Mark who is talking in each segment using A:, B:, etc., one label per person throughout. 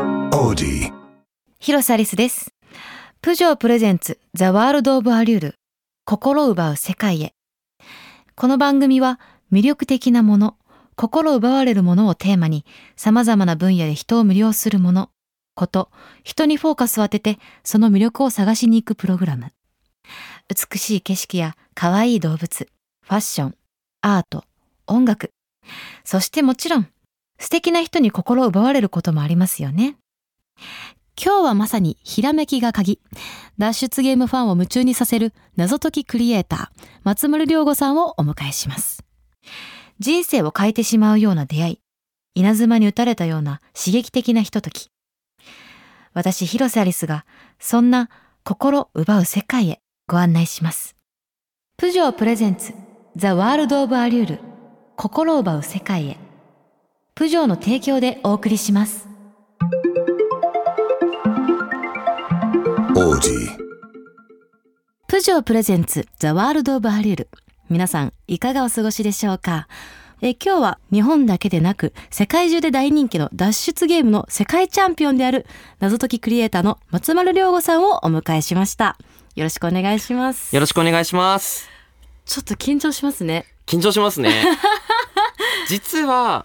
A: Melody.
B: 広瀬アリスです。プジョープレゼンツザワールドオブアリュール心奪う世界へ。この番組は魅力的なもの、心奪われるものをテーマに様々な分野で人を魅了するもの、こと、人にフォーカスを当ててその魅力を探しに行くプログラム。美しい景色や可愛い動物、ファッション、アート、音楽。そしてもちろん素敵な人に心を奪われることもありますよね。今日はまさにひらめきが鍵脱出ゲームファンを夢中にさせる謎解きクリエイター松丸亮吾さんをお迎えします人生を変えてしまうような出会い稲妻に打たれたような刺激的なひととき私広瀬アリスがそんな心奪う世界へご案内しますプジョープレゼンツザワールドオブアリュール心奪う世界へプジョーの提供でお送りします
A: Audi.
B: プジョープレゼンツザワールドオブアリュール皆さんいかがお過ごしでしょうかえー今日は日本だけでなく世界中で大人気の脱出ゲームの世界チャンピオンである謎解きクリエイターの松丸亮吾さんをお迎えしましたよろしくお願いします
C: よろしくお願いします。
B: ちょっと緊張しますね
C: 緊張しますね。 実は、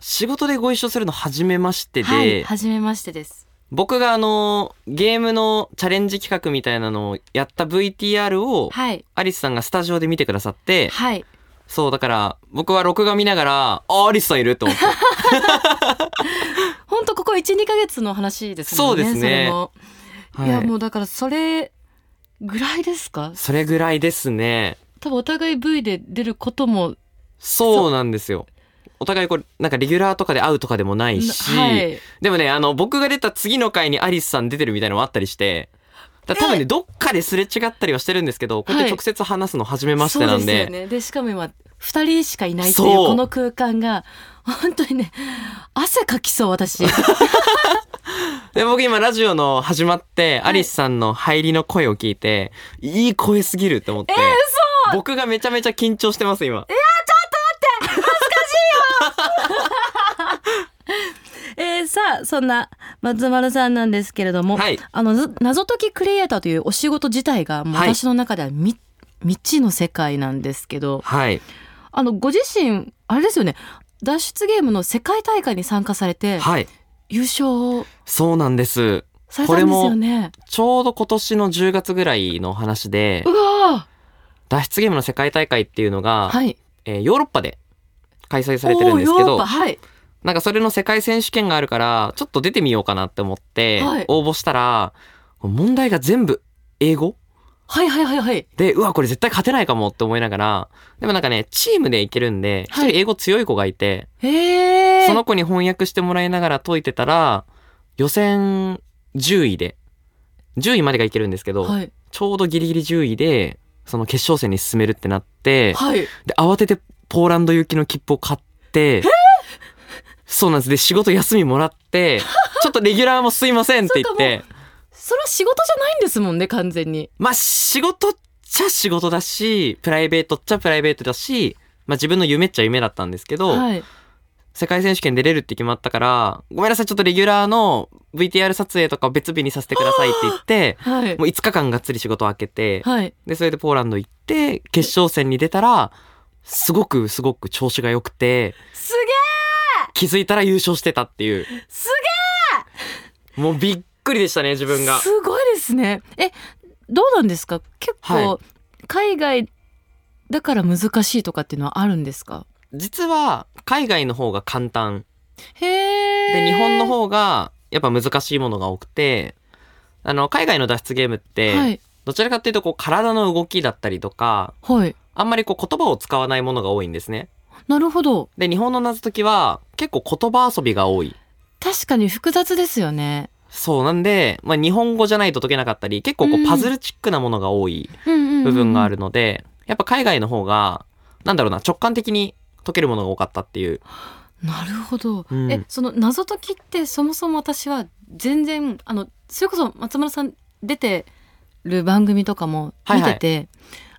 C: 仕事でご一緒するの初めましてで、
B: はい初めましてです
C: 僕があの、ゲームのチャレンジ企画みたいなのをやった VTR を、
B: はい
C: アリスさんがスタジオで見てくださって、
B: はい
C: そう、だから、僕は録画見ながら、あ、アリスさんいる と思って。
B: 本当ここ12ヶ月の話ですもんね
C: そうですね
B: れもい、
C: は
B: や
C: い
B: もうだからそれぐらいですか
C: それぐらいですね。
B: 多分お互い V で出ることも
C: そうなんですよ。お互いこれ、なんかレギュラーとかで会うとかでもないし、
B: はい
C: でもね、あの、僕が出た次の回にアリスさん出てるみたいなのもあったりして、だ多分
B: え
C: ね、どっかですれ違ったりはしてるんですけど、こうやっ
B: はい
C: て直接話すの初めましてなん
B: そうです
C: で、
B: よね。でしかも今二人しかいないっていう
C: そう
B: この空間が本当にね汗かきそう 私。
C: で僕今ラジオの始まって、
B: はい
C: アリスさんの入りの声を聞いて、いい声すぎるって思って、僕がめちゃめちゃ緊張してます、今。
B: えー、さあそんな松丸さんなんですけれども、
C: はい
B: あのず謎解きクリエイターというお仕事自体がもう
C: はい
B: 私の中ではみ、未知の世界なんですけど、
C: はい。
B: あのご自身あれですよね。脱出ゲームの世界大会に参加されて
C: はい。
B: 優勝
C: そうなんです。
B: されたんですよね。
C: ちょうど今年の10月ぐらいの話で
B: う、わ
C: 脱出ゲームの世界大会っていうのが、
B: ーはい。
C: えーヨーロッパで開催されてるんですけ
B: おーヨーロ
C: ど
B: ッパ、はい
C: なんかそれの世界選手権があるから、ちょっと出てみようかなって思って
B: はい、
C: 応募したら、問題が全部英語
B: はいはいはいはい。
C: で、うわ、これ絶対勝てないかもって思いながら、でもなんかね、チームでいけるんで、一
B: はい
C: 人英語強い子がいて、
B: えー、
C: その子に翻訳してもらいながら解いてたら、予選10位で、10位までがいけるんですけど、
B: はい
C: ちょうどギリギリ10位で、その決勝戦に進めるってなって、
B: はい。
C: で、慌ててポーランド行きの切符を買って、そうなんです。で、仕事休みもら って、ちょっとレギュラーもすいませんって言って、
B: それは仕事じゃないんですもんね完全に
C: まあ、仕事っちゃ仕事だし、プライベートっちゃプライベートだし、まあ自分の夢っちゃ夢だったんですけど、
B: はい
C: 世界選手権出れるって決まったから、ごめんなさい、ちょっとレギュラーの VTR 撮影とかを別日にさせてくださいって言って、
B: はい
C: もう5日間がっつり仕事を開けて、
B: はい
C: で、それでポーランド行って、決勝戦に出たら、すごくすごく調子が良くて、
B: す
C: 気づいたら優勝してたっていう。
B: げえす
C: もうびっくりでしたね、自
B: げ
C: 分
B: え
C: が。
B: すごいですねえどうなんですか結構、
C: は
B: 海外だから難しいとかっていうのはあるんですか
C: 実は、海外の方が簡単。
B: へえ
C: で、日本の方が、やっぱ難しいものが多くて、あの、海外の脱出ゲームって、
B: はい
C: どちらかっていうと、こう、体の動きだったりとか、
B: はい
C: あんまりこう、言葉を使わないものが多いんですね。
B: なるほど
C: で、日本の謎解きは、結構言葉遊びが多い。
B: 確かに複雑ですよね
C: そうなんで、まあ、日本語じゃないと解けなかったり、結構こ
B: うん
C: う、パズルチックなものが多い
B: 部
C: 部分があるので、やっぱ海外の方が、なんだろうな、直感的に解けるものが多かったっ ていう。
B: なるほど、
C: うん
B: えその謎解きってそもそも私は全然あのそれこそ松村さん出てる番組とかも見てて、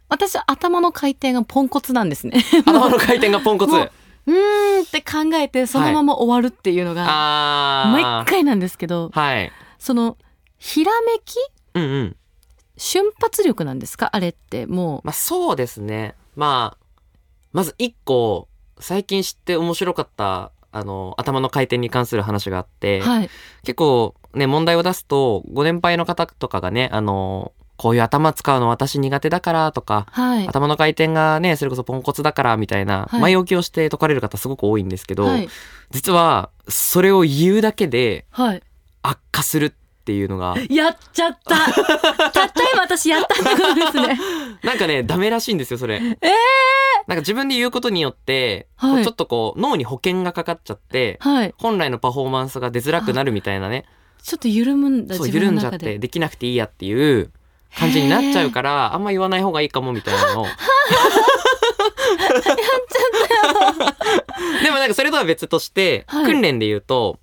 B: 私頭の回転がポンコツなんですね
C: 頭の回転がポンコツ。
B: もううーんって考えてそのまま終わるっていうのが毎
C: あー。
B: 回なんですけど、
C: はい。
B: そのひらめき
C: うんうん。
B: 瞬発力なんですかあれってもう
C: まあそうですね。まあ、まず一個、最近知って面白かった、あの、頭の回転に関する話があって、
B: はい
C: 結構ね、問題を出すと、ご年配の方とかがね、あの、こういう頭使うの私苦手だからとか、
B: はい
C: 頭の回転がね、それこそポンコツだからみたいな、
B: はい
C: 前置きをして解かれる方すごく多いんですけど、
B: はい
C: 実は、それを言うだけで
B: はい
C: 悪化するっていうのが、
B: やっちゃった たった今私やったってことですね
C: なんかね、ダメらしいんですよ、それ。え
B: えー
C: なんか自分で言うことによって、
B: はい
C: こうちょっとこう、脳に保険がかかっちゃって、
B: はい
C: 本来のパフォーマンスが出づらくなるみたいなね、
B: ちょっと緩むんだ
C: そう、
B: 自分
C: 緩ん
B: の
C: じゃっ
B: 中で
C: て、できなくていいやっていう感じになっちゃうから、あんま言わない方がいいかもみたいな のを。やっちゃった でもなんかそれとは別として、
B: はい
C: 訓練で言うと、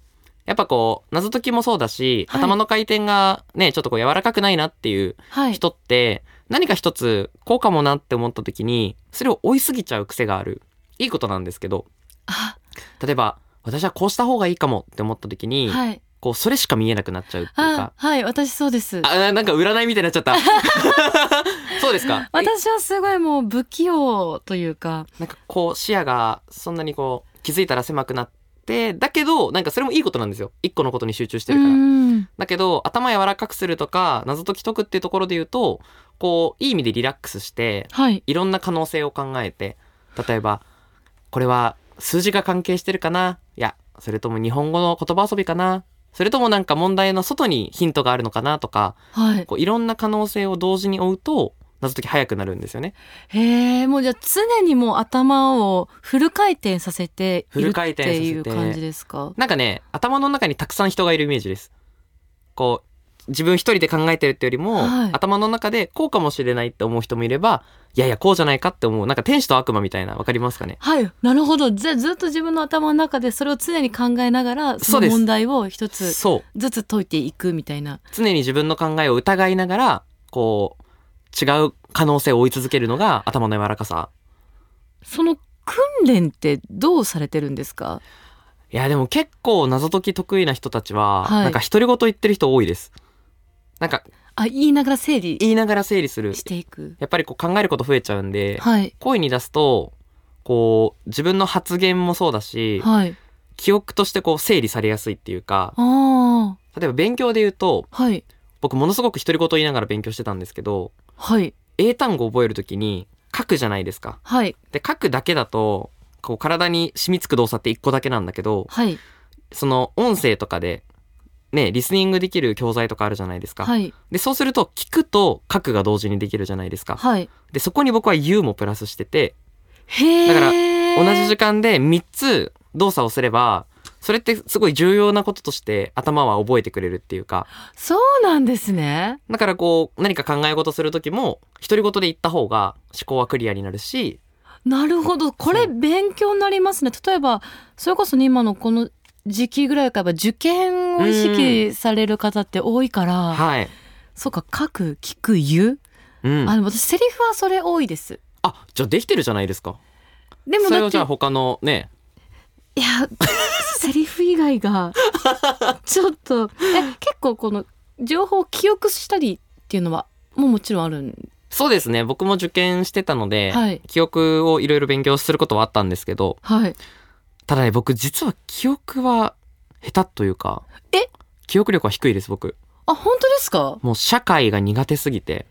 C: やっぱこう、謎解きもそうだし、
B: はい
C: 頭の回転がね、ちょっとこう柔らかくないなっていう
B: はい
C: 人って何か一つこうかもなって思った時にそれを追いすぎちゃう癖があるいいことなんですけど
B: あ
C: 例えば私はこうした方がいいかもって思った時に、
B: はい
C: こうそれしか見えなくなっちゃうっていう
B: あ
C: か
B: はい私そうです
C: あななんか占いみたいになっちゃった そうですかえ
B: 私はすごいもう不器用というか
C: なんかこう視野がそんなにこう気づいたら狭くなってだけどなんかそれもいいことなんですよ一個のことに集中してるから、
B: うん
C: だけど頭柔らかくするとか謎解き解くっていうところで言うとこういい意味でリラックスして
B: はい
C: いろんな可能性を考えて例えばこれは数字が関係してるかないやそれとも日本語の言葉遊びかなそれともなんか問題の外にヒントがあるのかなとか
B: はい
C: こういろんな可能性を同時に追うと謎解き早くなるんですよね。
B: へえもうじゃあ常にもう頭をフル回転させているっていう
C: フル回転させて
B: 感じですか
C: なんかね頭の中にたくさん人がいるイメージです。こう自分一人で考えてるってよりも、
B: はい
C: 頭の中でこうかもしれないって思う人もいればいやいやこうじゃないかって思うなんか天使と悪魔みたいなわかりますかね
B: はいなるほどじゃあずっと自分の頭の中でそれを常に考えながら
C: そ
B: そう
C: で
B: の
C: す
B: 問題を一つ
C: そう
B: ずつ解いていくみたいな
C: 常に自分の考えを疑いながらこう違う可能性を追い続けるのが頭の柔らかさ
B: その訓練ってどうされてるんですか
C: いやでも結構謎解き得意な人たちは、
B: はい
C: なんか独り言言ってる人多いですなんか
B: あ言いながら整理
C: 言いながら整理する
B: していく
C: やっぱりこう考えること増えちゃうんで、
B: はい
C: 声に出すとこう自分の発言もそうだし、
B: はい
C: 記憶としてこう整理されやすいっていうか
B: あ
C: 例えば勉強で言うと
B: あはい
C: 僕ものすごく独り言言いながら勉強してたんですけど
B: はい
C: 英単語覚えるときに書くじゃないですか
B: はい
C: で書くだけだとこう体に染みつく動作って1個だけなんだけど
B: はい
C: その音声とかでねリスニングできる教材とかあるじゃないですか、
B: はい
C: でそうすると聞くと書くが同時にできるじゃないですか
B: はい
C: でそこに僕は「U」もプラスしてて
B: へえ
C: だから同じ時間で3つ動作をすればそれってすごい重要なこととして頭は覚えてくれるっていうか
B: そうなんですね
C: だからこう何か考え事する時も独り言で言った方が思考はクリアになるし
B: なるほどこれ勉強になりますね例えばそれこそね今のこの時期ぐらいからやっぱ受験を意識される方って多いから
C: はい、
B: そうか書く聞く言う、
C: うん、
B: あ
C: あ
B: でも私セリフはそれ多いです
C: じゃあできてるじゃないですか
B: でも
C: それ
B: だっ
C: を
B: て
C: じゃあ他のね
B: いや セリフ以外 がちょっとえ結構この情報を記憶したりっていうのはもうもちろんあるん
C: そうですね僕も受験してたので、
B: はい
C: 記憶をいろいろ勉強することはあったんですけど
B: はい
C: ただね僕実は記憶は下手というか
B: え
C: 記憶力は低いです僕
B: あ本当ですか
C: もう社会が苦手すぎて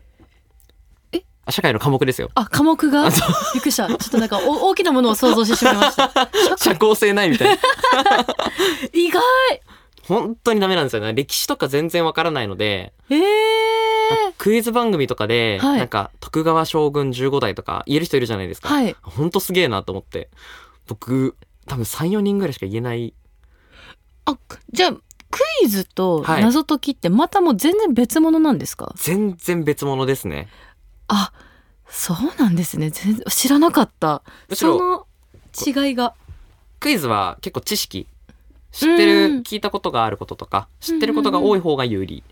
B: え
C: あ社会の科目ですよ
B: あ科目が
C: あ
B: びっくりしたちょっとなんかお大 きなものを想像してしまいま した
C: 社交性ないみた いな
B: 意外
C: 本当にダメなんですよね歴史とか全然わからないので
B: ええ
C: クイズ番組とかで、
B: はい
C: なんか徳川将軍15代とか言える人いるじゃないですか、
B: はい
C: ほんとすげえなと思って僕多分34人ぐらいしか言えない
B: あじゃあクイズと
C: はい
B: 謎解きってまたもう全然別物なんですか、
C: 全然別物ですね
B: あそうなんですね全然知らなかった
C: むしろ
B: その違いが
C: クイズは結構知識知ってる
B: うん
C: 聞いたことがあることとか知ってることが多い方が有利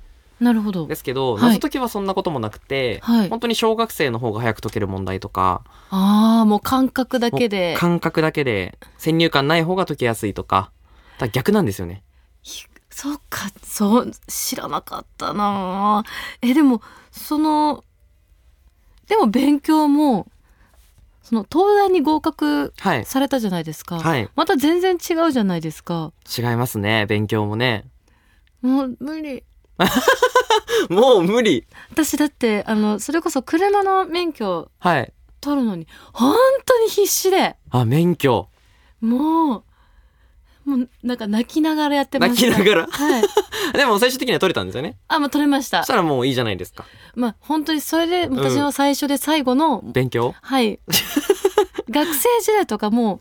B: なるほど
C: で。すけど、
B: はい
C: 謎解きはそんなこともなくて、
B: はい。
C: 本当に小学生の方が早く解ける問題とか、
B: ああ、もう感覚だけで。
C: 感覚だけで先入観ない方が解けやすいとか、だから逆なんですよね。
B: ひそっか、そう、知らなかったなあえ、でも、その、でも勉強も、その、東大に合格
C: はい。
B: されたじゃないですか。
C: はい。
B: また全然違うじゃないですか。
C: 違いますね、勉強もね。
B: もう無理。
C: もう無理
B: 私だって、あの、それこそ車の免許
C: はい。
B: 取るのに、本当に必死で、
C: あ、免許。
B: もう、もうなんか泣きながらやってま
C: 泣
B: した。
C: きながら。
B: はい。
C: でも最終的には取れたんですよね。
B: あ、まあ取れまし
C: そ
B: た
C: し。たらもういいじゃないですか。
B: まあ本当にそれで
C: ん
B: 私の最初で最後の、
C: 勉強
B: はい。学生時代とかもう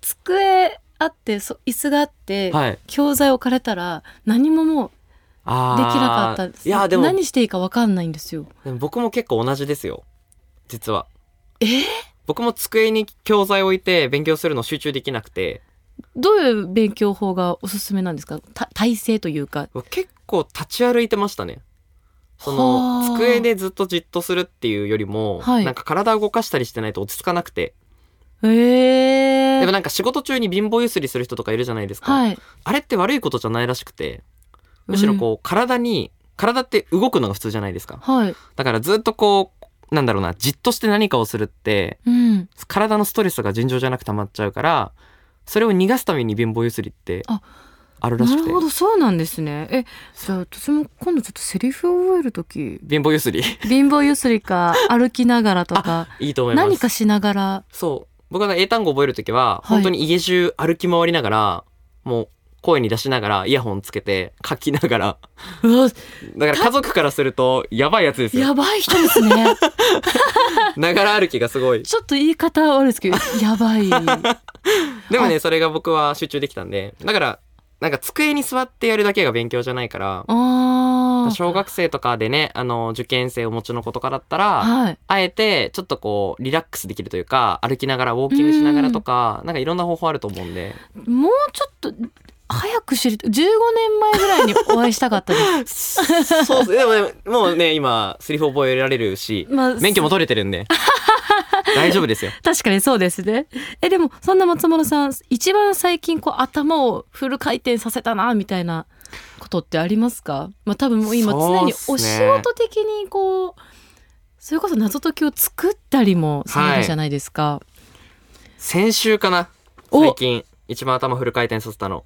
B: 机あってそ椅子があって、
C: はい。
B: 教材置かれたら何ももう
C: あ
B: でき
C: ー
B: なかったです。
C: いや、でも、
B: 何していいかわかんないんですよ。
C: でも僕も結構同じですよ。実は。
B: えー
C: 僕も机に教材置いて勉強するの集中できなくて、
B: どういう勉強法がおすすめなんですかた体勢というか。
C: 僕結構立ち歩いてましたね。そ
B: は
C: の
B: あ
C: 机でずっとじっとするっていうよりも、
B: はい
C: なんか体を動かしたりしてないと落ち着かなくて、
B: ええ
C: でもなんか仕事中に貧乏ゆすりする人とかいるじゃないですか、
B: はい。
C: あれって悪いことじゃないらしくてむしろこう体に体って動くのが普通じゃないですか
B: うん。はい。
C: だからずっとこうなんだろうなじっとして何かをするって
B: うん。
C: 体のストレスが尋常じゃなく溜まっちゃうからそれを逃がすために貧乏ゆすりって
B: あ
C: あるら
B: な
C: しく
B: る
C: て
B: ほど、そうなんですね。え、じゃあ私も今度ちょっとセリフを覚えるとき、
C: 貧乏ゆすり
B: 貧乏ゆすりか歩きながらとか、
C: いいと思います
B: 何かしながら。
C: そう僕が英単語覚えるときは、
B: い
C: 本当に家中歩き回りながらもう声に出しながらイヤホンつけて書きながら
B: うわ、
C: だから家族からするとやばいやつですよ
B: やばい人ですね。
C: ながら歩きがす ごい。
B: ちょっと言い方悪いですけど、やば い。
C: でもね、それが僕は集中できたんで。だから、なんか机に座ってやるだけが勉強じゃないから、
B: ああ。
C: 小学生とかでね、あの、受験生をお持ちの子とかだったら、
B: はい。
C: あえて、ちょっとこう、リラックスできるというか、歩きながら、ウォーキングしながらとか、なんかいろんな方法あると思うんで。
B: もうちょっと、早く知りたい。15年前ぐらいにお会いしたかったです。
C: そうでもね、もうね、今、セリフ覚えられるし、
B: まあ
C: 免許も取れてる んで。大丈夫ですよ。
B: 確かにそうですね。え、でも、そんな松丸さん、一番最近、こう、頭をフル回転させたな、みたいなことってありますかまあ、多分もう今、
C: そうっ
B: 常に
C: すね
B: お仕事的に、こう、それこそ謎解きを作ったりもされるじゃないですか。
C: 先週かな
B: お
C: 最近、一番頭フル回転させたの。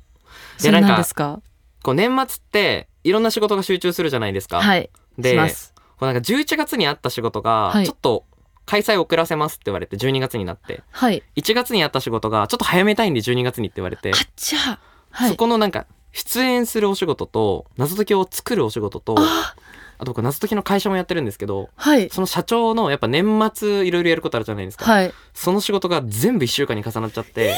B: それなんですか
C: こう年末っていろんな仕事が集中するじゃないですか。
B: はい。
C: で
B: します。
C: こうなんか11月にあった仕事が
B: はい
C: ちょっと開催遅らせますって言われて12月になって
B: はい。
C: 1月にあった仕事がちょっと早めたいんで12月にって言われて、
B: あっちゃ。は
C: そ
B: い。
C: このなんか出演するお仕事と謎解きを作るお仕事とあ
B: あ
C: と僕謎解きの会社もやってるんですけど
B: はい。
C: その社長のやっぱ年末いろいろやることあるじゃないですか、
B: はい。
C: その仕事が全部1週間に重なっちゃって、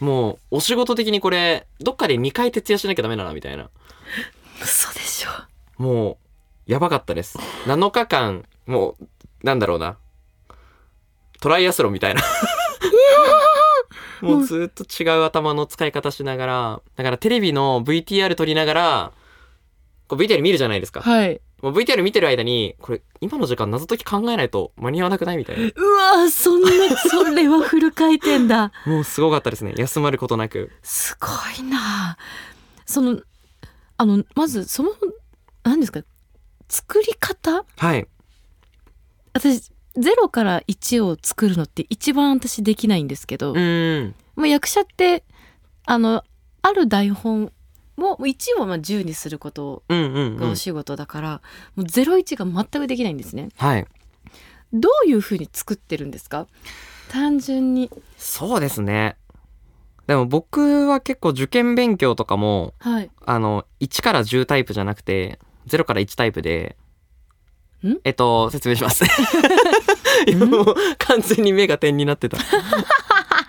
C: もうお仕事的にこれどっかで2回徹夜しなきゃダメだなみたいな
B: 嘘でしょ。
C: もう、やばかったです。7日間、もう、なんだろうな。トライアスロンみたいな。もうずっと違う頭の使い方しながら、だからテレビの VTR 撮りながら、こう VTR 見るじゃないですか。
B: はい。
C: もう VTR 見てる間に、これ今の時間謎解き考えないと間に合わなくないみたいな。
B: うわそんな、それはフル回転だ。
C: もうすごかったですね。休まることなく。
B: すごいなあそのあのまずその何ですか作り方
C: はい。
B: 私0から1を作るのって一番私できないんですけど、
C: うーん。
B: まあ、役者ってあのある台本を1をまあ10にすること
C: うんうん、う
B: が
C: ん
B: お。仕事だから、もう01が全くできないんですね。
C: はい。
B: どういうふうに作ってるんですか単純に。
C: そうですね。でも僕は結構受験勉強とかも、
B: はい。
C: あの、1から10タイプじゃなくて、0から1タイプで
B: ん、
C: えっと、説明し ます。いやもう完全に目が点になってた。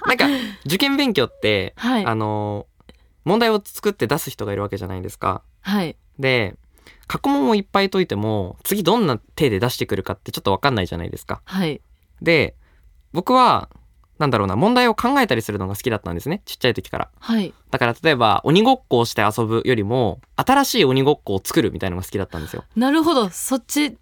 C: なんか、受験勉強って、
B: はい。
C: あの、問題を作って出す人がいるわけじゃないですか。
B: はい。
C: で、過去問をいっぱい解いても、次どんな手で出してくるかってちょっとわかんないじゃないですか。
B: はい。
C: で、僕は、なんだろうな、問題を考えたりするのが好きだったんですね。ちっちゃい時から。
B: はい。
C: だから例えば、鬼ごっこをして遊ぶよりも、新しい鬼ごっこを作るみたいなのが好きだったんですよ。
B: なるほど。そっち。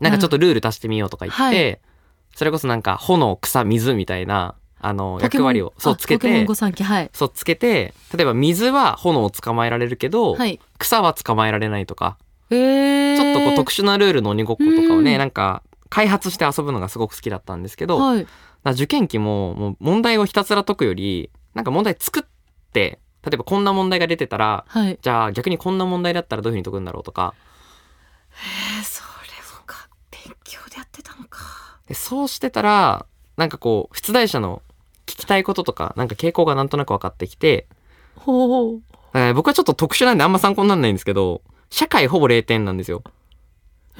C: なんかちょっとルール足してみようとか言って、
B: は
C: それこそなんか、炎、草、水みたいな、あの、
B: ポケ
C: 役
B: モン
C: 割を、そう、
B: あ
C: つけ
B: ポケモン
C: て
B: 御、三家。はい。
C: そう、つけて、例えば水は炎を捕まえられるけど、
B: はい。
C: 草は捕まえられないとか、
B: えー、
C: ちょっとこう特殊なルールの鬼ごっことかを
B: う
C: ね、
B: ん
C: なんか開発して遊ぶのがすごく好きだったんですけど、だか
B: はい。
C: ら受験期ももう問題をひたすら解くより、なんか問題作って、例えばこんな問題が出てたら、
B: はい。
C: じゃあ逆にこんな問題だったらどういうふうに解くんだろうとか、
B: えー、それをか勉強でやってたのか。
C: でそうしてたら、なんかこう、出題者の聞きたいこととか、なんか傾向がなんとなく分かってきて、
B: ほう。
C: だから僕はちょっと特殊なんであんま参考にならないんですけど、社会ほぼ0点なんですよ。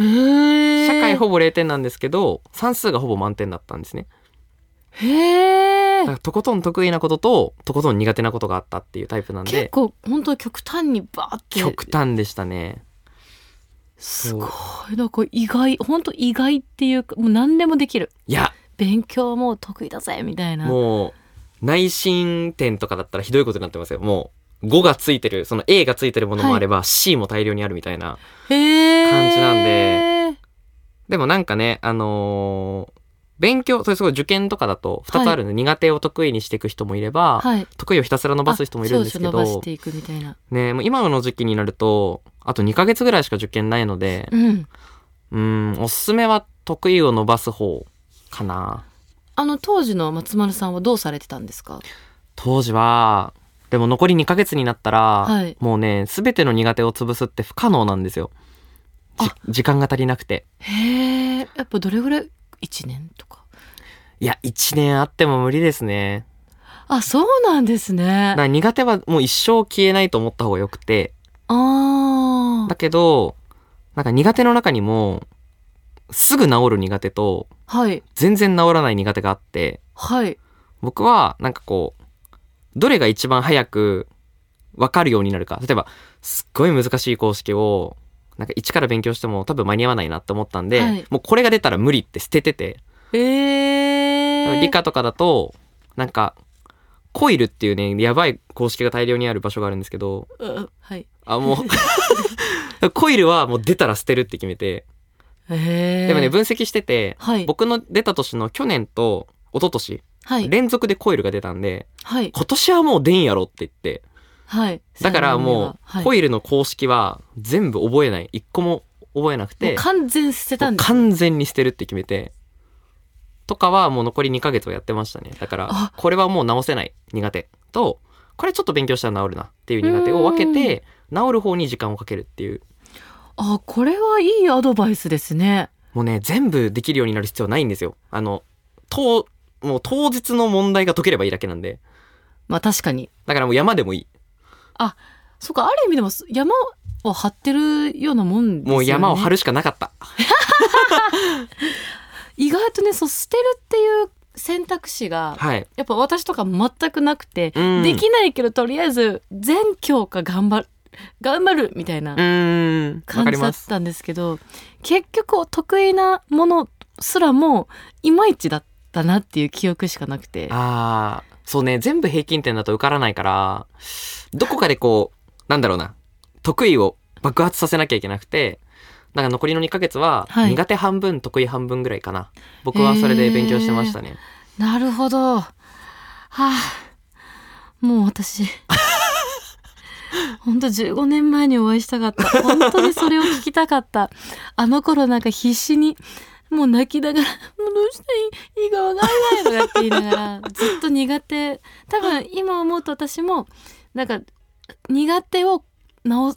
B: えー、
C: 社会ほぼ0点なんですけど、算数がほぼ満点だったんですね。
B: へ
C: だか
B: ー
C: らとことん得意なことととことん苦手なことがあったっていうタイプなん
B: 結
C: で
B: 構本当極端にバーって
C: 極端でしたね
B: すごいなんか意外本当意外っていうかもう何でもできる
C: いや
B: 勉強も得意だぜみたいな
C: もう内申点とかだったらひどいことになってますよもう5がついてるその A がついてるものもあれば C も大量にあるみたいな、
B: へー
C: 感じなんででもなんかねあのー勉強それすごい受験とかだと2つあるんで、苦手を得意にしていく人もいれば、
B: はい
C: 得意をひたすら伸ばす人もいるんですけ
B: あ長所伸ばし
C: ど
B: ていくみたいな
C: ねもう今の時期になるとあと2ヶ月ぐらいしか受験ないので
B: うん
C: うーん、おすすめは得意を伸ばす方かな。
B: あの当時の松丸さんはどうされてたんですか
C: 当時は、でも残り2ヶ月になったら、
B: はい
C: もうね、すべての苦手を潰すって不可能なんですよ。じ時間が足りなくて。
B: へえやっぱどれぐらい1年とか
C: いや、1年あっても無理ですね。
B: あそうなんですね
C: だから苦手はもう一生消えないと思った方がよくて。
B: あ
C: だけど、なんか苦手の中にも、すぐ治る苦手と、
B: あはい
C: 全然治らない苦手があって、
B: はい
C: 僕はなんかこうどれが一番早く分かるようになるか例えばすっごい難しい公式をなんか一から勉強しても多分間に合わないなって思ったんで、
B: はい
C: もうこれが出たら無理って捨ててて、
B: ええ
C: 理科とかだとなんかコイルっていうねやばい公式が大量にある場所があるんですけど
B: うんはい
C: あもうコイルはもう出たら捨てるって決めて
B: へえ
C: でもね分析してて
B: はい
C: 僕の出た年の去年と一昨年
B: はい
C: 連続でコイルが出たんで
B: はい
C: 今年はもう出んやろって言って
B: はい
C: だからもう、コ
B: い
C: イルの公式は全部覚えない。一個も覚えなく
B: もう
C: て、
B: 完全捨てたん
C: もう
B: です
C: 完全に捨てるって決めて、とかはもう残り2ヶ月をやってましたね。だから
B: あ、
C: これはもう直せない苦手と、これちょっと勉強したら治るなっていう苦手を分けて、治る方に時間をかけるっていう。
B: あこれはいいアドバイスですね
C: もうね、全部できるようになる必要はないんですよ。あの、当、もう当日の問題が解ければいいだけなんで。
B: まあ確かに
C: だからもう山でもいい。
B: そっかある意味でも山を張ってるようなもんですよね
C: もう山を張るしかなかった。
B: 意外とねそう捨てるっていう選択肢が
C: はい。
B: やっぱ私とか全くなくて、
C: うん
B: できないけどとりあえず全教科頑張る頑張るみたいな
C: うーん。わか
B: 感
C: り
B: じだ
C: ま
B: っ
C: す。
B: たんですけど結局お得意なものすらもいまいちだったなっていう記憶しかなくて
C: ああ、そうね、全部平均点だと受からないから、どこかでこう、なんだろうな、得意を爆発させなきゃいけなくて、だから残りの2ヶ月は、
B: はい
C: 苦手半分、得意半分ぐらいかな。僕はそれで勉強してましたね。
B: なるほどはあもう私本当15年前にお会いしたかった本当にそれを聞きたかったあの頃なんか必死にもう泣きながら「もうどうしたらいいかわからない」とかって言いながらずっと苦手多分今思うと私もなんか苦手を直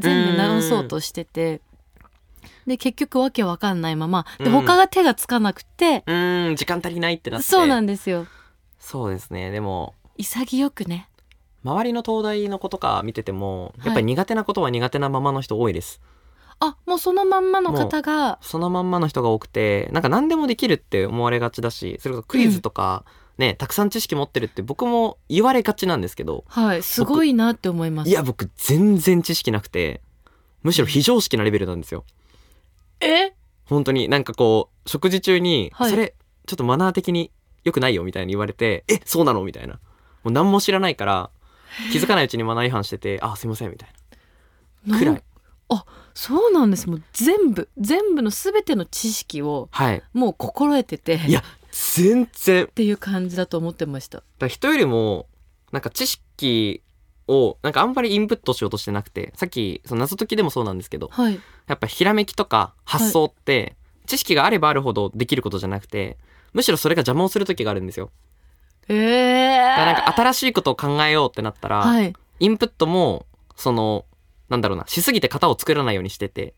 B: 全部直そうとしててで結局わけわかんないままで
C: うん
B: 他が手がつかなくて、
C: うーん、時間足りないってなって。
B: そうなんんですよ
C: そうですね。でも、
B: 潔くね
C: 周りの東大の子とか見てても、
B: はい
C: やっぱり苦手なことは苦手なままの人多いです。
B: あもうそのまんまの方が
C: そのまんまの人が多くて、なんか何でもできるって思われがちだし、それこそクイズとか、ね、たくさん知識持ってるって僕も言われがちなんですけど、
B: はいすごいなって思います
C: いや僕全然知識なくてむしろ非常識なレベルなんですよ
B: え
C: 本当になんかこう食事中に、
B: はい
C: それちょっとマナー的に良くないよみたいに言われて、え、そうなのみたいな。もう何も知らないから、気づかないうちにマナー違反してて、あ、すいません、みたいな。くらい。
B: そうなんですもう全部全部の全ての知識を
C: はい。
B: もう心得てて
C: いや全然。だか
B: っていう感じだと思ってました
C: ら人よりも、なんか知識を、なんかあんまりインプットしようとしてなくて、さっき、その謎解きでもそうなんですけど、
B: はい
C: やっぱひらめきとか発想って、知識があればあるほどできることじゃなくて、むしろそれが邪魔をする時があるんですよ。
B: え
C: だからなん
B: ー、
C: か新しいことを考えようってなったら、
B: はい
C: インプットも、その、なんだろうな、しすぎて型を作らないようにしてて、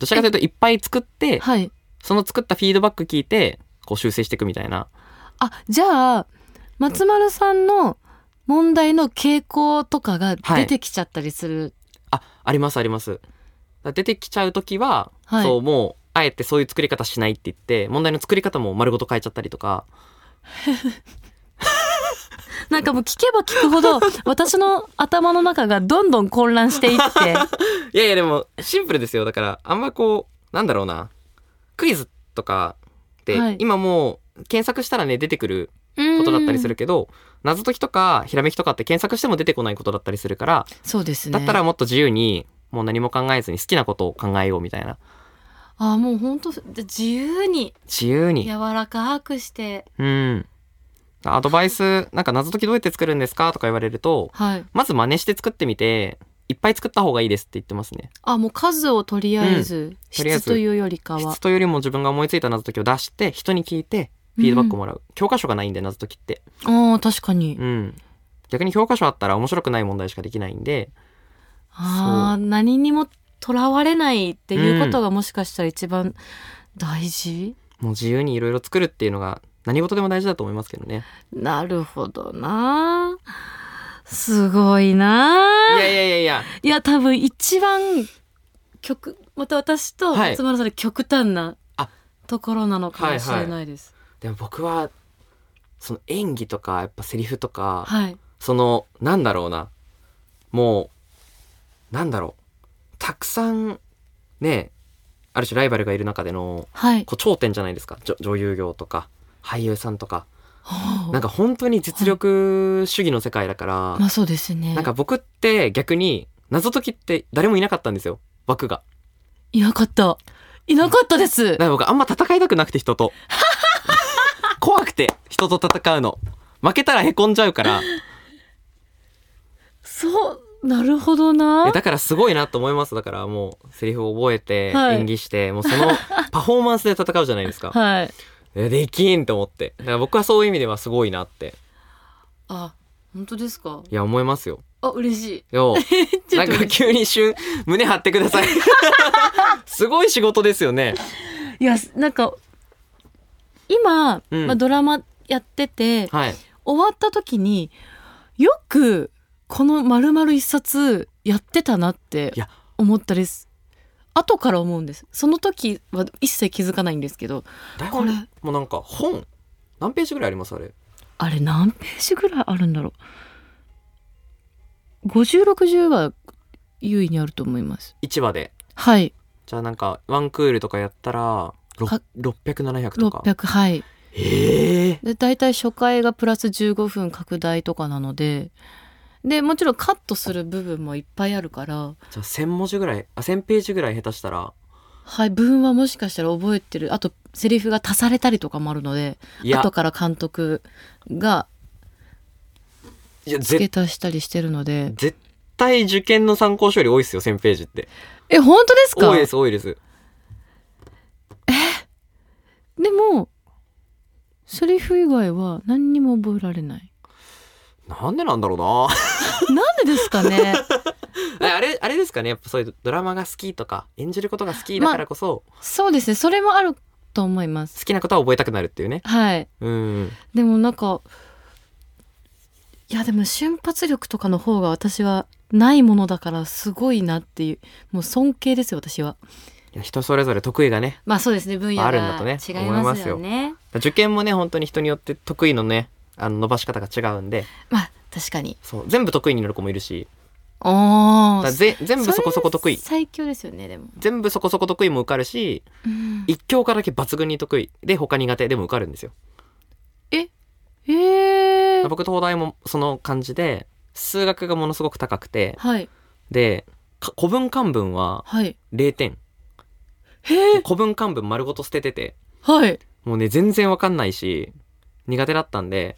C: どちらかというといっぱい作って、
B: はい
C: その作ったフィードバック聞いて、こう修正していくみたいな。
B: あじゃあ松丸さんの問題の傾向とかが出てきちゃったりする、
C: あ、ありますあります。だから出てきちゃう時は、
B: はい
C: そう、もう、あえてそういう作り方しないって言って、問題の作り方も丸ごと変えちゃったりとか、
B: なんかもう聞けば聞くほ ど私の頭の中がどんどん混乱していって
C: いやいやでもシンプルですよだからあんまこうなんだろうなクイズとかって、
B: はい
C: 今もう検索したらね出てくることだったりする
B: う
C: けど謎解きとかひらめきとかって検索しても出てこないことだったりするから
B: ーんそうですね
C: だったらもっと自由にもう何も考えずに好きなことを考えようみたいな
B: あもう本当自由に
C: 自由に
B: 柔らかくして
C: うんアドバイスなんか謎解きどうやって作るんですかとか言われると
B: はい
C: まず真似して作ってみていっぱい作った方がいいですって言ってますね
B: あもう数をとりあえず、
C: とりあえず
B: 質というよりかは
C: 質というよりも自分が思いついた謎解きを出して人に聞いてフィードバックをもらう、教科書がないんで謎解きって
B: ああ確かに、
C: うん逆に教科書あったら面白くない問題しかできないんで
B: ああ何にもとらわれないっていうことがもしかしたら一番大事、
C: もう自由にいろいろ作るっていうのが何事でも大事だと思いますけど ね
B: なるほどなすごいないい
C: や
B: や
C: いやいやいや
B: 多分一番極また私と
C: はい
B: 松丸さんの極端な
C: あ
B: ところなのかもしれないです。
C: でも僕はその演技とかやっぱセリフとか、
B: はい、
C: そのなんだろうなもうなんだろうたくさんねある種ライバルがいる中での
B: はい
C: こう頂点じゃないですか女女優業とか俳優さんとか
B: ほう
C: なんか本当に実力主義の世界だから、
B: まあそうですね。
C: なんか僕って逆に謎解きって誰もいなかったんですよ枠が
B: いなかったいなかったです
C: だか。ら僕あんま戦いたくなくて 人と怖くて人と戦うの負けたらへこんじゃうから
B: そうなるほどな
C: え。だからすごいなと思いますだからもうセリフを覚えて
B: はい
C: 演技して、もう そのパフォーマンスで戦うじゃないですか、
B: はい。
C: えできんと思ってだから僕はそういう意味ではすごいなって
B: あ本当ですか。
C: いや思いますよ
B: あ嬉しい。
C: よう
B: ちょ
C: な
B: っ
C: ん
B: と
C: か急に旬胸張ってくだ さいすごい仕事ですよね
B: いやすなんか今、
C: うん
B: まあ、ドラマやってて
C: はい
B: 終わった時によくこの丸々一冊やってたなって
C: いや
B: 思ったです後から思うんですその時は一切気づかないんですけど
C: 台
B: これ
C: 本もうなんか本何ページぐらいありますあれ
B: あれ何ページぐらいあるんだろう5060は優位にあると思います
C: 1話で
B: はい
C: じゃあなんかワンクールとかやったら
B: か
C: 600700とか
B: 600はい
C: ええ
B: で大体初回がプラス15分拡大とかなのででもちろんカットする部分もいっぱいあるから
C: じゃあ1000文字ぐらいあ1000ページぐらい下手したら
B: はい文はもしかしたら覚えてるあとセリフが足されたりとかもあるので
C: いや
B: 後から監督が
C: いやぜ
B: 付け足したりしてるので
C: 絶対受験の参考書より多いですよ1000ページって
B: え本当ですか
C: 多いです多いです
B: でもセリフ以外は何にも覚えられない
C: なんでなん だろう
B: なんでですか ね
C: なえあれあれですかねやっぱそういうドラマが好きとか演じることが好きだからこそ、
B: そうですねそれもあると思います
C: 好きなことは覚えたくなるっていうね
B: はい
C: うん
B: でもなんかいやでも瞬発力とかの方が私はないものだからすごいなっていうもう尊敬ですよ私はい
C: や人それぞれ得意がね
B: まあそうですね分野
C: あるん
B: が
C: だと
B: 違い
C: ね
B: ますよね
C: 受験もね本当に人によって得意のねあの伸ばし方が違うんで
B: まあ確かに
C: そう全部得意になる子もいるしだ
B: お
C: からぜ全部そこそこ得意
B: 最強ですよねでも、
C: 全部そこそこ得意も受かるし
B: うん
C: 一教科だけ抜群に得意で他苦手でも受かるんですよ
B: へえ。
C: 僕東大もその感じで数学がものすごく高くて
B: はい。
C: でか古文漢文は
B: はい。
C: 0点
B: へえ。
C: 古文漢文丸ごと捨ててて
B: はい。
C: もうね全然わかんないし苦手だったんで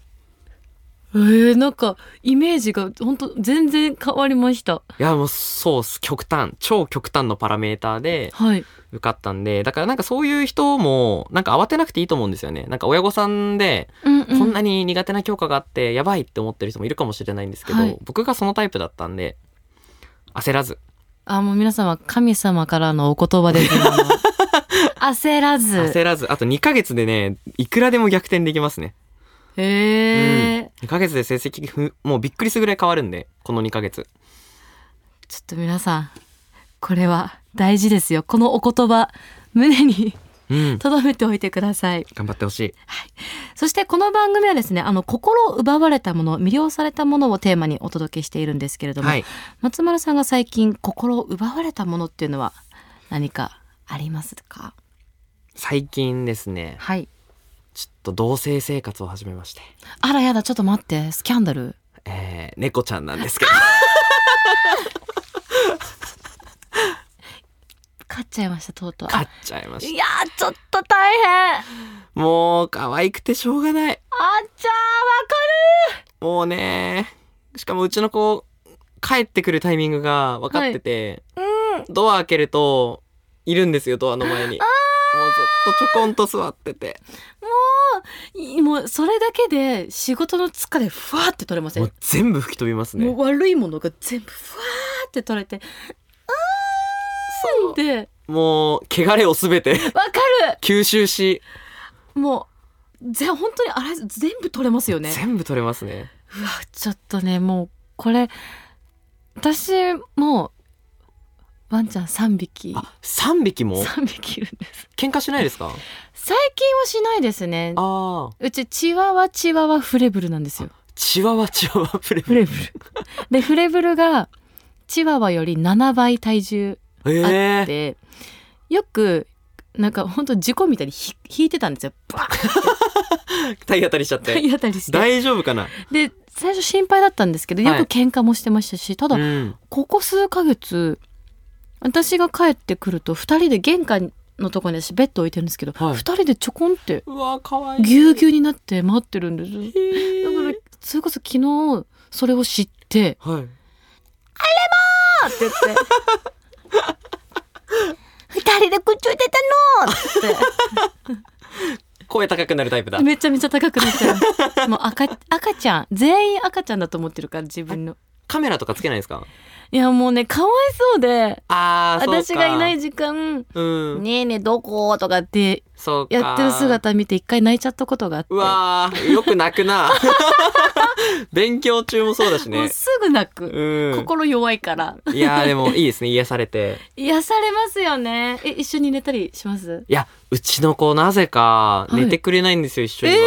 B: えー、なんかイメージが本当全然変わりました。
C: いやもうそうっす極端超極端のパラメーターで
B: はい。
C: 受かったんでだからなんかそういう人もなんか慌てなくていいと思うんですよねなんか親御さんで
B: うん、
C: こんなに苦手な教科があってやばいって思ってる人もいるかもしれないんですけど、
B: はい
C: 僕がそのタイプだったんで焦らず
B: あもう皆様神様からのお言葉です。今の 焦らず。
C: 焦らずあと2ヶ月でねいくらでも逆転できますね
B: へえ、
C: 2ヶ月で成績ふもうびっくりするぐらい変わるんでこの2ヶ月
B: ちょっと皆さんこれは大事ですよ。このお言葉胸に
C: うん
B: 留めておいてください。
C: 頑張ってほしい
B: そしてこの番組はですねあの心を奪われたもの魅了されたものをテーマにお届けしているんですけれども、
C: はい
B: 松丸さんが最近心を奪われたものっていうのは何かありますか
C: 最近ですね
B: はい
C: ちょっと同棲生活を始めまして
B: あらやだちょっと待ってスキャンダル
C: えー、猫ちゃんなんですけど
B: 勝っちゃいましたとうとう
C: 飼っちゃいました
B: いやーちょっと大変あっ
C: もう可愛くてしょうがない
B: ちゃ
C: もうねしかもうちの子帰ってくるタイミングが分かってて、ドア開けるといるんですよドアの前にもうずっとちょこんと座ってて
B: ーわかるもうそれだけで仕事の疲れふわーって取れません
C: もう全部吹き飛びますね
B: もう悪いものが全部ふわーって取れてうーんで
C: もう汚れをすべて
B: わかる
C: 吸収し、
B: もうぜ本当にあれ全部取れますよね
C: 全部取れますね
B: うわちょっとねもうこれ私もワンちゃん3匹
C: あ3匹も
B: 3匹いるんです
C: 喧嘩しないですか
B: 最近はしないですね
C: ああ
B: うちチワワチワワフレブルなんですよ
C: チワワチワワプレブ
B: フレブルでフレブルがチワワより7倍体重あっ
C: ええ
B: てよくなんか本当事故みたいにひ引いてたんですよバーッ
C: 体当たりしちゃって
B: 体当たりして
C: 大丈夫かな
B: で最初心配だったんですけどよ
C: はい
B: く喧嘩もしてましたし、ただ
C: うん
B: ここ数ヶ月私が帰ってくると2人で玄関のとこに私ベッド置いてるんですけど、二
C: はい
B: 2人でちょこんって
C: うわ可愛い
B: ぎゅうぎゅうになって待ってるんですだ
C: へー
B: からそれこそ昨日それを知って
C: はい
B: 「あっ!」って言って「2人でくっついてたの!」って
C: 声高くなるタイプだ
B: めちゃめちゃ高くなっちゃいましたもう赤赤ちゃん全員赤ちゃんだと思ってるから自分の
C: カメラとかつけないですか
B: いやもうねかわいそうで
C: ああ
B: 私がいない
C: じ
B: 時間「
C: うん
B: ねえねえどこ?」とかって
C: そうか
B: やってる姿見て一回泣いちゃったことがあって
C: うわーよく泣 くな勉強中もそうだし
B: も
C: ね
B: うすぐ泣く、
C: うん
B: 心弱いから
C: いやーでもいいですね癒されて
B: 癒されますよねえ一緒に寝たりします
C: いやうちの子なぜか
B: い
C: 寝てくれないんですよ、一緒
B: え
C: に
B: ー
C: は、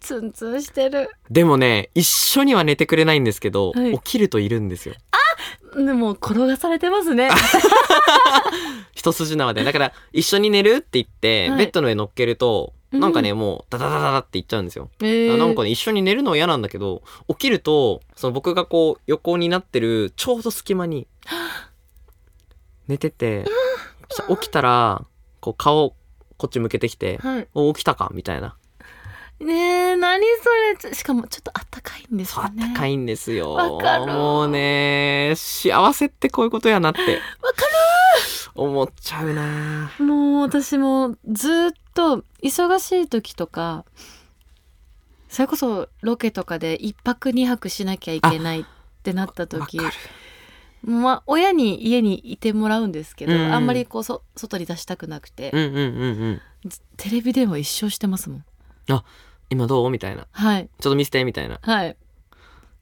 B: ツンツンしてる
C: でもね一緒には寝てくれないんですけど、
B: はい
C: 起きるといるんですよ
B: でも転がされてますね
C: 一筋縄でだから一緒に寝るって言って、
B: はい
C: ベッドの上乗っけると
B: うん
C: なんかね、もうダダダダダっていっちゃうんですよ
B: えー
C: なんかね一緒に寝るのは嫌なんだけど起きるとその僕がこう横になってるちょうど隙間に寝ててそしたら起きたらこう顔こっち向けてきて
B: はい
C: 「お起きたか?」みたいな
B: ねえ何それしかもちょっとあったかいんです
C: そう
B: よ
C: あ
B: ね
C: ったかいんですよ、
B: わかる
C: もうね幸せってこういうことやなって
B: わか
C: 思っちゃうな
B: もう私もずーっと忙しい時とかそれこそロケとかで1泊2泊しなきゃいけないってなった
C: わか
B: 時
C: る
B: まあ親に家にいてもらうんですけど、
C: うんうん
B: あんまりこうそ外に出したくなくて、
C: うんうんうんうん
B: テレビ電話一生してますもん
C: 今どうみたいな
B: はい
C: ちょっと見せてみたいな
B: はい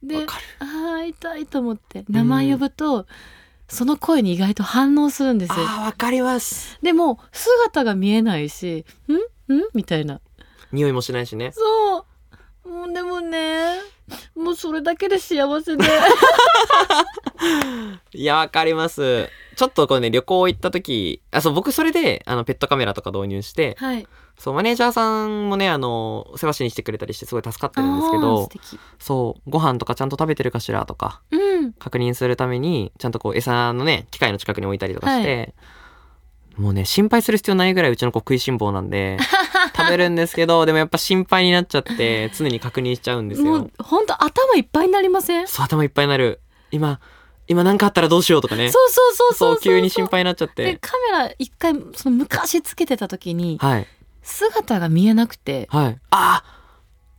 B: で
C: わかる
B: あー痛いと思って名前呼ぶと、その声に意外と反応するんですよ
C: あーわかります
B: でも姿が見えないしんんみたいな
C: 匂いもしないしね
B: そう。もうでもね、 もうそれだけで幸せで。
C: いやわかりますちちょっとこうね、旅行行った時、あ、そう、僕それで、あの、ペットカメラとか導入して、
B: はい。
C: そう、マネージャーさんもね、あの、世話しにしてくれたりして、すごい助かってるんですけ
B: ああ、素
C: ど、
B: 敵。
C: そう、ご飯とかちゃんと食べてるかしらとか、
B: うん。
C: 確認するために、ちゃんとこう、餌のね、機械の近くに置いたりとかして、もうね、心配する必要ないぐらいうちの子食いしん坊な んで、食べるんですけど、でもやっぱ心配になっちゃって、常に確認しちゃうんです
B: も
C: よ
B: う。本当頭いっぱいになりません。そ
C: そう、頭いっぱいになる。今、今何かあったらどうしようとか
B: う
C: ね。
B: そうそうそう
C: そう、急に心
B: 配。
C: 配になっちゃっ
B: で
C: て。
B: カメラ一回その昔つけてた時に
C: はい。
B: 姿が見えなくて
C: はい。あ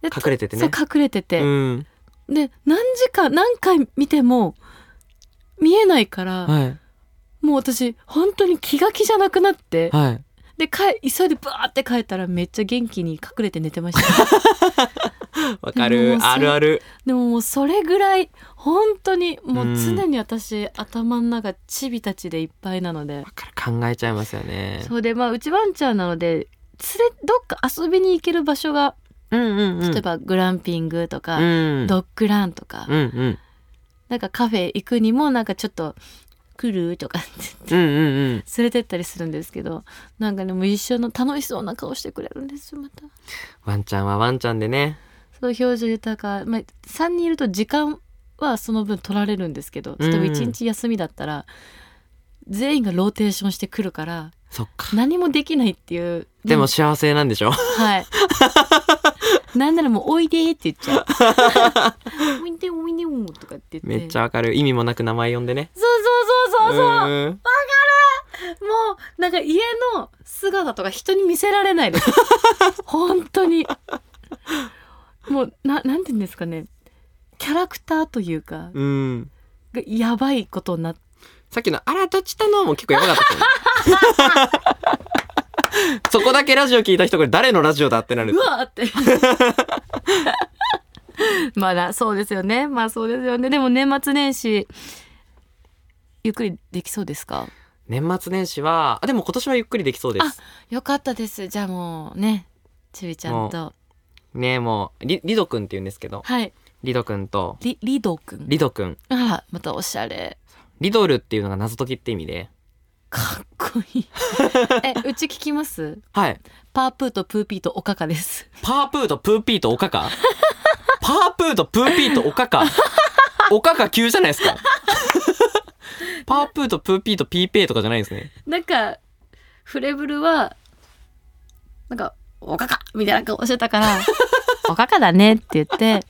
B: で
C: 隠れててね
B: そう隠れて
C: あう
B: て、
C: ん。
B: で何時間何回見ても見えないから、
C: はい。
B: もう私本当に気が気じゃなくなって、
C: はい。
B: で帰急いでバーって帰ったらめっちゃ元気に隠れて寝てました
C: わ
B: でも
C: かる。
B: そう
C: あるある。
B: でももうそれぐらい本当にもう
C: うん
B: 常に私、頭の中チビたちでいっぱいなので
C: わかる考えちゃいますよね。
B: そうでまあうちワンちゃんなので連れどっか遊びに行ける場所が
C: うんうんうん。
B: 例えばグランピングとか、
C: うん。
B: ドッグランとか、
C: うんうん。
B: なんかカフェ行くにもなんかちょっと来るとかって 言って
C: うんうんうん。
B: 連れてったりするんですけどなんかねもう一緒の楽しそうな顔してくれるんですよまた。
C: ワンちゃんはワンちゃんでね。
B: そう表情豊か、まあ、3人いると時間はその分取られるんですけど例えば
C: うん
B: 1日休みだったら、全員がローテーションしてくるから
C: そっか。
B: 何もできないっていう
C: でも幸せなんでしょ
B: はいなんならもう「おいで」って言っち ゃう「おいでおいでお」とかって言って
C: めっちゃわかる。意味もなく名前呼んでね。
B: そうそうそうそうそう、
C: うん
B: もうなんか家の姿とか人に見せられないです 本当にもうななんて言うんですかねキャラクターというか、
C: うん。
B: がやばいことになって
C: さっきの「あらどちたの?」も結構やばかったと思うそこだけラジオ聞いた人これ誰のラジオだってなる
B: うわーって まあなそうですよねまあそうですよねでも年末年始ゆっくりできそうですか
C: 年末年始はあでも今年はゆっくりできそうです
B: よかったですじゃあもうねちびちゃんと
C: ねもうりリドくんって言うんですけど
B: はい
C: リドくんと
B: りリドくん
C: リドくん
B: あらまたおしゃれ
C: リドルっていうのが謎解きって意味で
B: かっこい いえうち聞きます
C: はい
B: パープーとプーピーとおかかです
C: パープーとプーピーとお かかパープーとプーピーとおかかおかか急じゃな いですかパープーとプーピーとピーペーとかじゃないんですね
B: なんかフレブルはなんか「おかか!」みたいな顔してたから「 おかかだね」って言って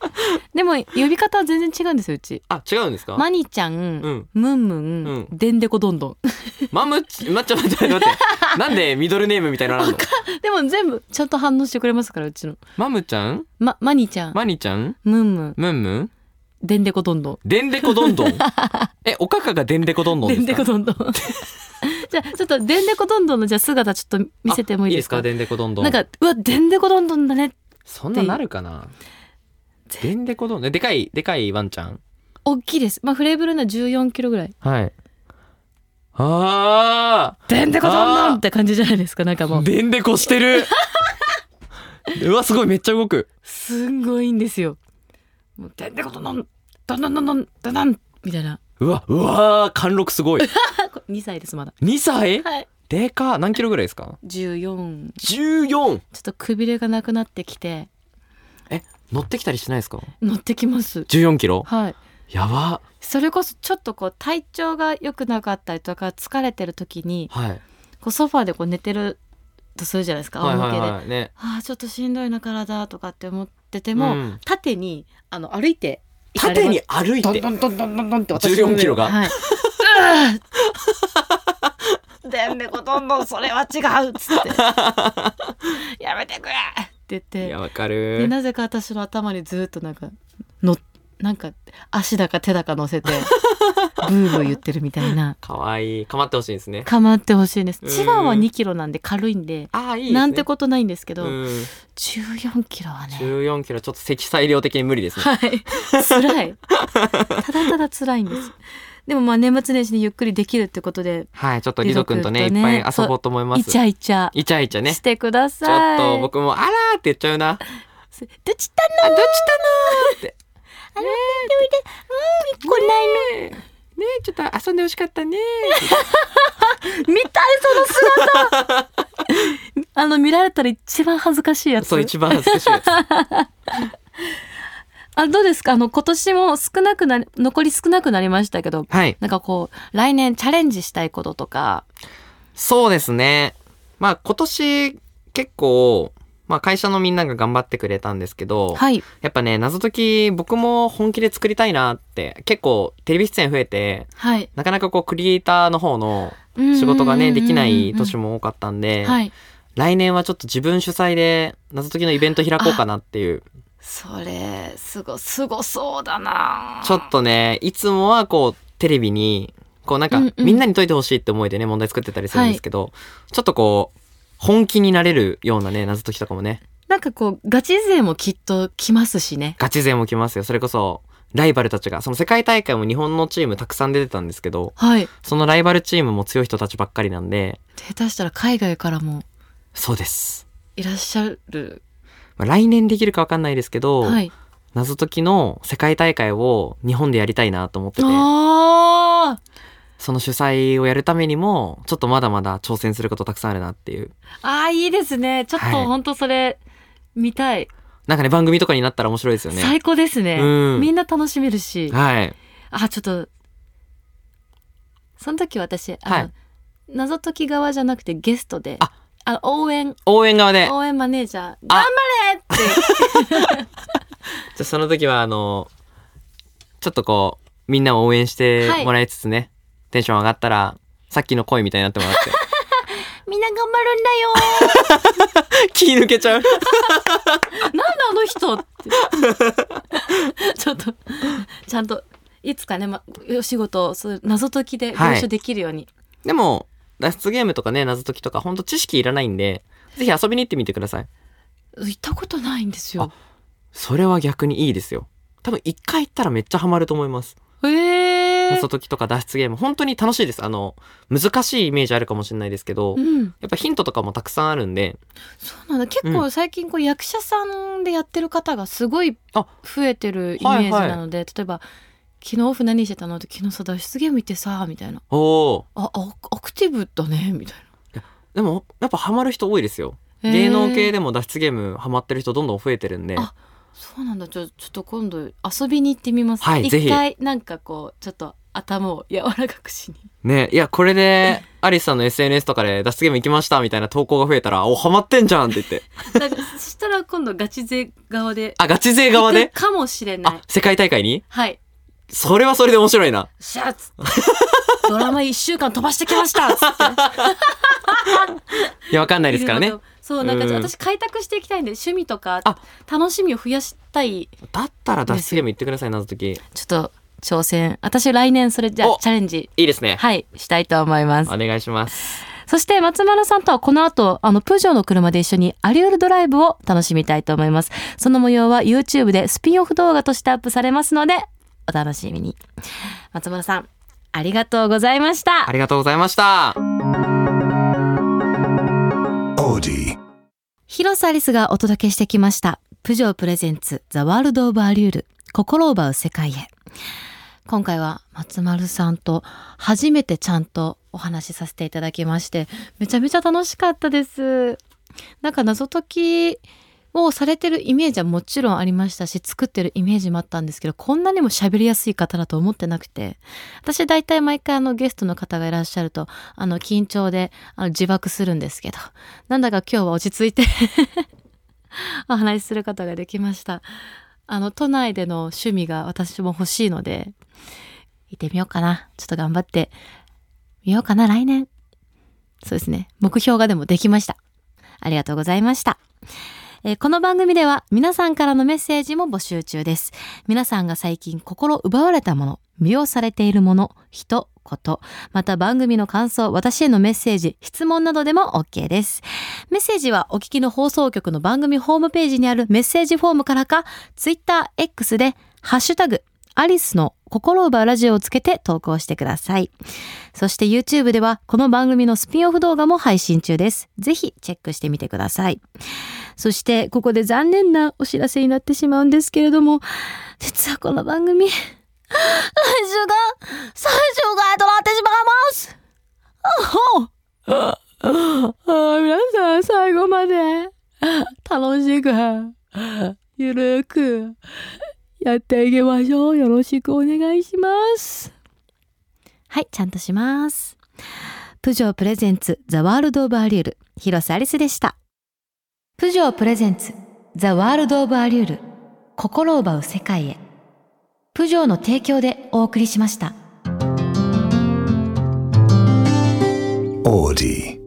B: でも呼び方は全然違うんですようち。
C: あ違うんですか
B: マニちゃん、
C: うん
B: ムンムン、
C: う
B: でんでこどんどん。
C: マムチ、待って待って待って待 って。なんでミドルネームみたいなのあるの
B: でも全部ちゃんと反応してくれますからうちの。
C: マムちゃん
B: ま、マニちゃん、
C: マニちゃん
B: ムンムン、
C: ムンムン
B: でんでこどんどん。
C: デンデコど んどんえ、おかかがデンデコどんどん
B: で
C: で
B: ん
C: す
B: でこ
C: か
B: どんどん。 じゃあちょっとでんでこどんどんのじゃあ姿ちょっと見せてもいいですか
C: あいいですかデンデコどんどん。
B: なんか、うわ、でんでこどんどんだね。
C: そんななるかなデンデコどんどん。でかい、でかいワンちゃん
B: 大きいです。まあ、フレーブルーな14キロぐらい。
C: はい。あ
B: でんでこどんどんって感じじゃないですか、なんかも
C: ー
B: う。
C: デンデコして るうわ、すごい、めっちゃ動く。
B: すんごいんですよ。もう、でんでこどんどん、どんどんどんどん、どんどん、みたいな。
C: うわ、うわー、貫禄すごい。
B: あ、これ2歳です、まだ。
C: 2歳
B: はい。
C: でか、何キロぐらいですか
B: 14。ち
C: ?14!
B: ょっとくびれがなくなってきて、
C: 乗ってきたりしないですか
B: 乗ってきます。
C: 14キロ
B: はい。
C: やば。
B: それこそちょっとこう体調が良くなかったりとか疲れてる時に
C: はい。
B: こうソファーでこう寝てるとするじゃないですか仰向けで、
C: い、ね。
B: あーちょっとしんどいな体とかって思ってても、
C: うん
B: 縦にあの歩いて行かれます
C: 縦に歩い
B: ど
C: て
B: んどんどんどんどんどんって私の上
C: 14キロが。
B: はいうーでんでこどんどんそれは違うっつってやめてくれって
C: い
B: 言っ
C: やわか
B: てで
C: る。
B: なぜか私の頭にずっとなんかのなんか足だか手だか乗せてブーブー言ってるみたいな
C: かわいい。かまってほしいですね。
B: かまってほしいです
C: うん
B: 千葉は2キロなんで軽いんで
C: ああいいですね。
B: なんてことないんですけど、
C: うん。
B: 14キロはね
C: 14キロちょっと積載量的に無理ですね。
B: はい。辛い。ただただ辛いんです。でもまあ年末年始にゆっくりできるってことで、
C: はい、ちょっとリド君とね
B: リド君
C: いっ
B: と
C: ぱ
B: ね
C: い遊ぼうと思いま
B: イ
C: す。
B: チャイチャ
C: イチャイチャね
B: し。てくだ
C: ちょ
B: さい。
C: っと僕もあらーって言っちゃうな。
B: どっちた
C: あどっち
B: のあれ、おいでおいで。うん、来ないの。
C: ねちょっと遊んでほしかっ たね。
B: 見たいその姿あの見られたら一番恥ずかしいやつ
C: そう、一番恥ずかし いやつ。
B: あどうですかあの今年も少なくなり残り少なくなりましたけど
C: はい。
B: なんかこう来年チャレンジしたいこととか
C: そうですね。まあ今年結構、まあ会社のみんなが頑張ってくれたんですけど、
B: はい
C: やっぱね、謎解き僕も本気で作りたいなって、結構テレビ出演増えて、
B: はい
C: なかなかこうクリエイターの方の仕事がね、できない年も多かったんで、
B: はい
C: 来年はちょっと自分主催で謎解きのイベント開こうかなっていう、
B: それすごすごそうだな
C: ちょっとね、いつもはこうテレビに、こうなんか
B: うんうん
C: みんなに解いてほしいって思いでね、問題作ってたりするんですけど、ちょっとこう、本気になれるようなね、謎解きとかもね、
B: なんかこうガチ勢もきっと来ますしね
C: ガチ勢も来ますよ。それこそ、ライバルたちが、その世界大会も日本のチームたくさん出てたんですけど、
B: はい
C: そのライバルチームも強い人たちばっかりなんで、
B: 下手したら海外からも
C: そうです。
B: いらっしゃる
C: まあ来年できるかわかんないですけど、
B: はい
C: 謎解きの世界大会を日本でやりたいなと思ってて、
B: あー
C: その主催をやるためにも、ちょっとまだまだ挑戦することたくさんあるなっていう。
B: あーいいですねちょっと
C: はい
B: 本当それ見たい、
C: なんかね、番組とかになったら面白いですよね。
B: 最高ですね、
C: うん
B: みんな楽しめるし
C: はい。
B: あちょっとその時私あの、
C: はい
B: 謎解き側じゃなくてゲストで
C: あ
B: あ応援
C: 応援側で。じゃ
B: 応援マネージャー頑張れって
C: あその時は、あの、ちょっとこう、みんなを応援して
B: はい
C: もらいつつね、テンション上がったら、さっきの声みたいになってもらって。
B: みんな頑張るんだよ
C: 気抜けちゃ
B: な
C: う。
B: んだあの人って ちょっとちゃんといつかね、ま、お仕事をそういう謎解きでご
C: はい
B: 一緒できるように、
C: でも、脱出ゲームとかね、謎解きとか、ほんと知識いらないんで、ぜひ遊びに行ってみてください。
B: 行ったことないんですよ
C: それは逆にいいですよ。多分一回行ったらめっちゃハマると思います。
B: ええ
C: 謎解きとか脱出ゲーム、本当に楽しいです。あの、難しいイメージあるかもしれないですけど
B: う、ん、
C: やっぱヒントとかもたくさんあるんで、
B: そうなんだ結構最近こう役者さんでやってる方がすごい
C: あ
B: 増えてるイメージなので、例えば「昨日オフ何してたの?」って「昨日さ脱出ゲーム行ってさ」みたいな
C: おー。
B: 「ああアクティブだね」みたい
C: でも、やっぱハマる人多いですよ。
B: な。
C: 芸能系
B: で
C: でも脱出ゲームハマってる人どんどん増えてるんで、
B: あそうなんだちょちょっと今度遊びに行ってみます。
C: はいぜひ
B: 一回なんかこうちょっと頭を柔らかくしに。
C: ね、いや、これで、アリスさんの SNS とかで脱出ゲーム行きましたみたいな投稿が増えたら、お、ハマってんじゃんって言 って。
B: なんかそしたら今度ガチ勢側で
C: あ、ガチ勢側
B: 行
C: で
B: くかもしれな
C: あ
B: い。、
C: 世界大会に
B: はい。
C: それはそれで面白いな。
B: シャツ ドラマ1週間飛ばしてきましたっつって。
C: いや、わかんないですからね。
B: そうなんか
C: うん
B: 私開拓していきたいんで趣味とか
C: あ
B: 楽しみを増やしたい
C: だったら脱出ゲーム行ってください、謎解き。
B: ちょっと挑戦私来年それじゃあ
C: お
B: チャレンジ
C: いいですね。
B: はいしたいと思います
C: お願いします。
B: そして松丸さんとはこの後あのプジョーの車で一緒にアリュールドライブを楽しみたいと思いますその模様は YouTube でスピンオフ動画としてアップされますのでお楽しみに松丸さんありがとうございました
C: ありがとうございました。
A: Audi.
D: 広瀬アリスがお届けしてきました。プジョープレゼンツ、ザ・ワールド・オブ・アリュール、心奪う世界へ。今回は松丸さんと初めてちゃんとお話しさせていただきまして、めちゃめちゃ楽しかったです。なんか謎解きをされてるイメージはもちろんありましたし、作ってるイメージもあったんですけど、こんなにも喋りやすい方だと思ってなくて、私大体毎回あのゲストの方がいらっしゃると、あの緊張であの自爆するんですけど、なんだか今日は落ち着いて お話しすることができました。あの、都内での趣味が私も欲しいので、行ってみようかな。ちょっと頑張ってみようかな、来年。そうですね。目標がでもできました。ありがとうございました。えーこの番組では皆さんからのメッセージも募集中です。皆さんが最近心奪われたもの、魅了されているもの、人、こと、また番組の感想、私へのメッセージ、質問などでも OK です。メッセージはお聞きの放送局の番組ホームページにあるメッセージフォームからか、TwitterX で、ハッシュタグ、アリスの心奪うラジオをつけて投稿してください。そして YouTube ではこの番組のスピンオフ動画も配信中です。ぜひチェックしてみてください。そしてここで残念なお知らせになってしまうん ですけれども、実はこの番組、来週が、最初が
E: っていきましょう。よろしくお願いします。
B: はい、ちゃんとします。プジョープレゼンツザワールドオブアリュール広瀬アリスでした。プジョープレゼンツザワールドオブアリュール心奪う世界へ。プジョーの提供でお送りしました。
A: Audi.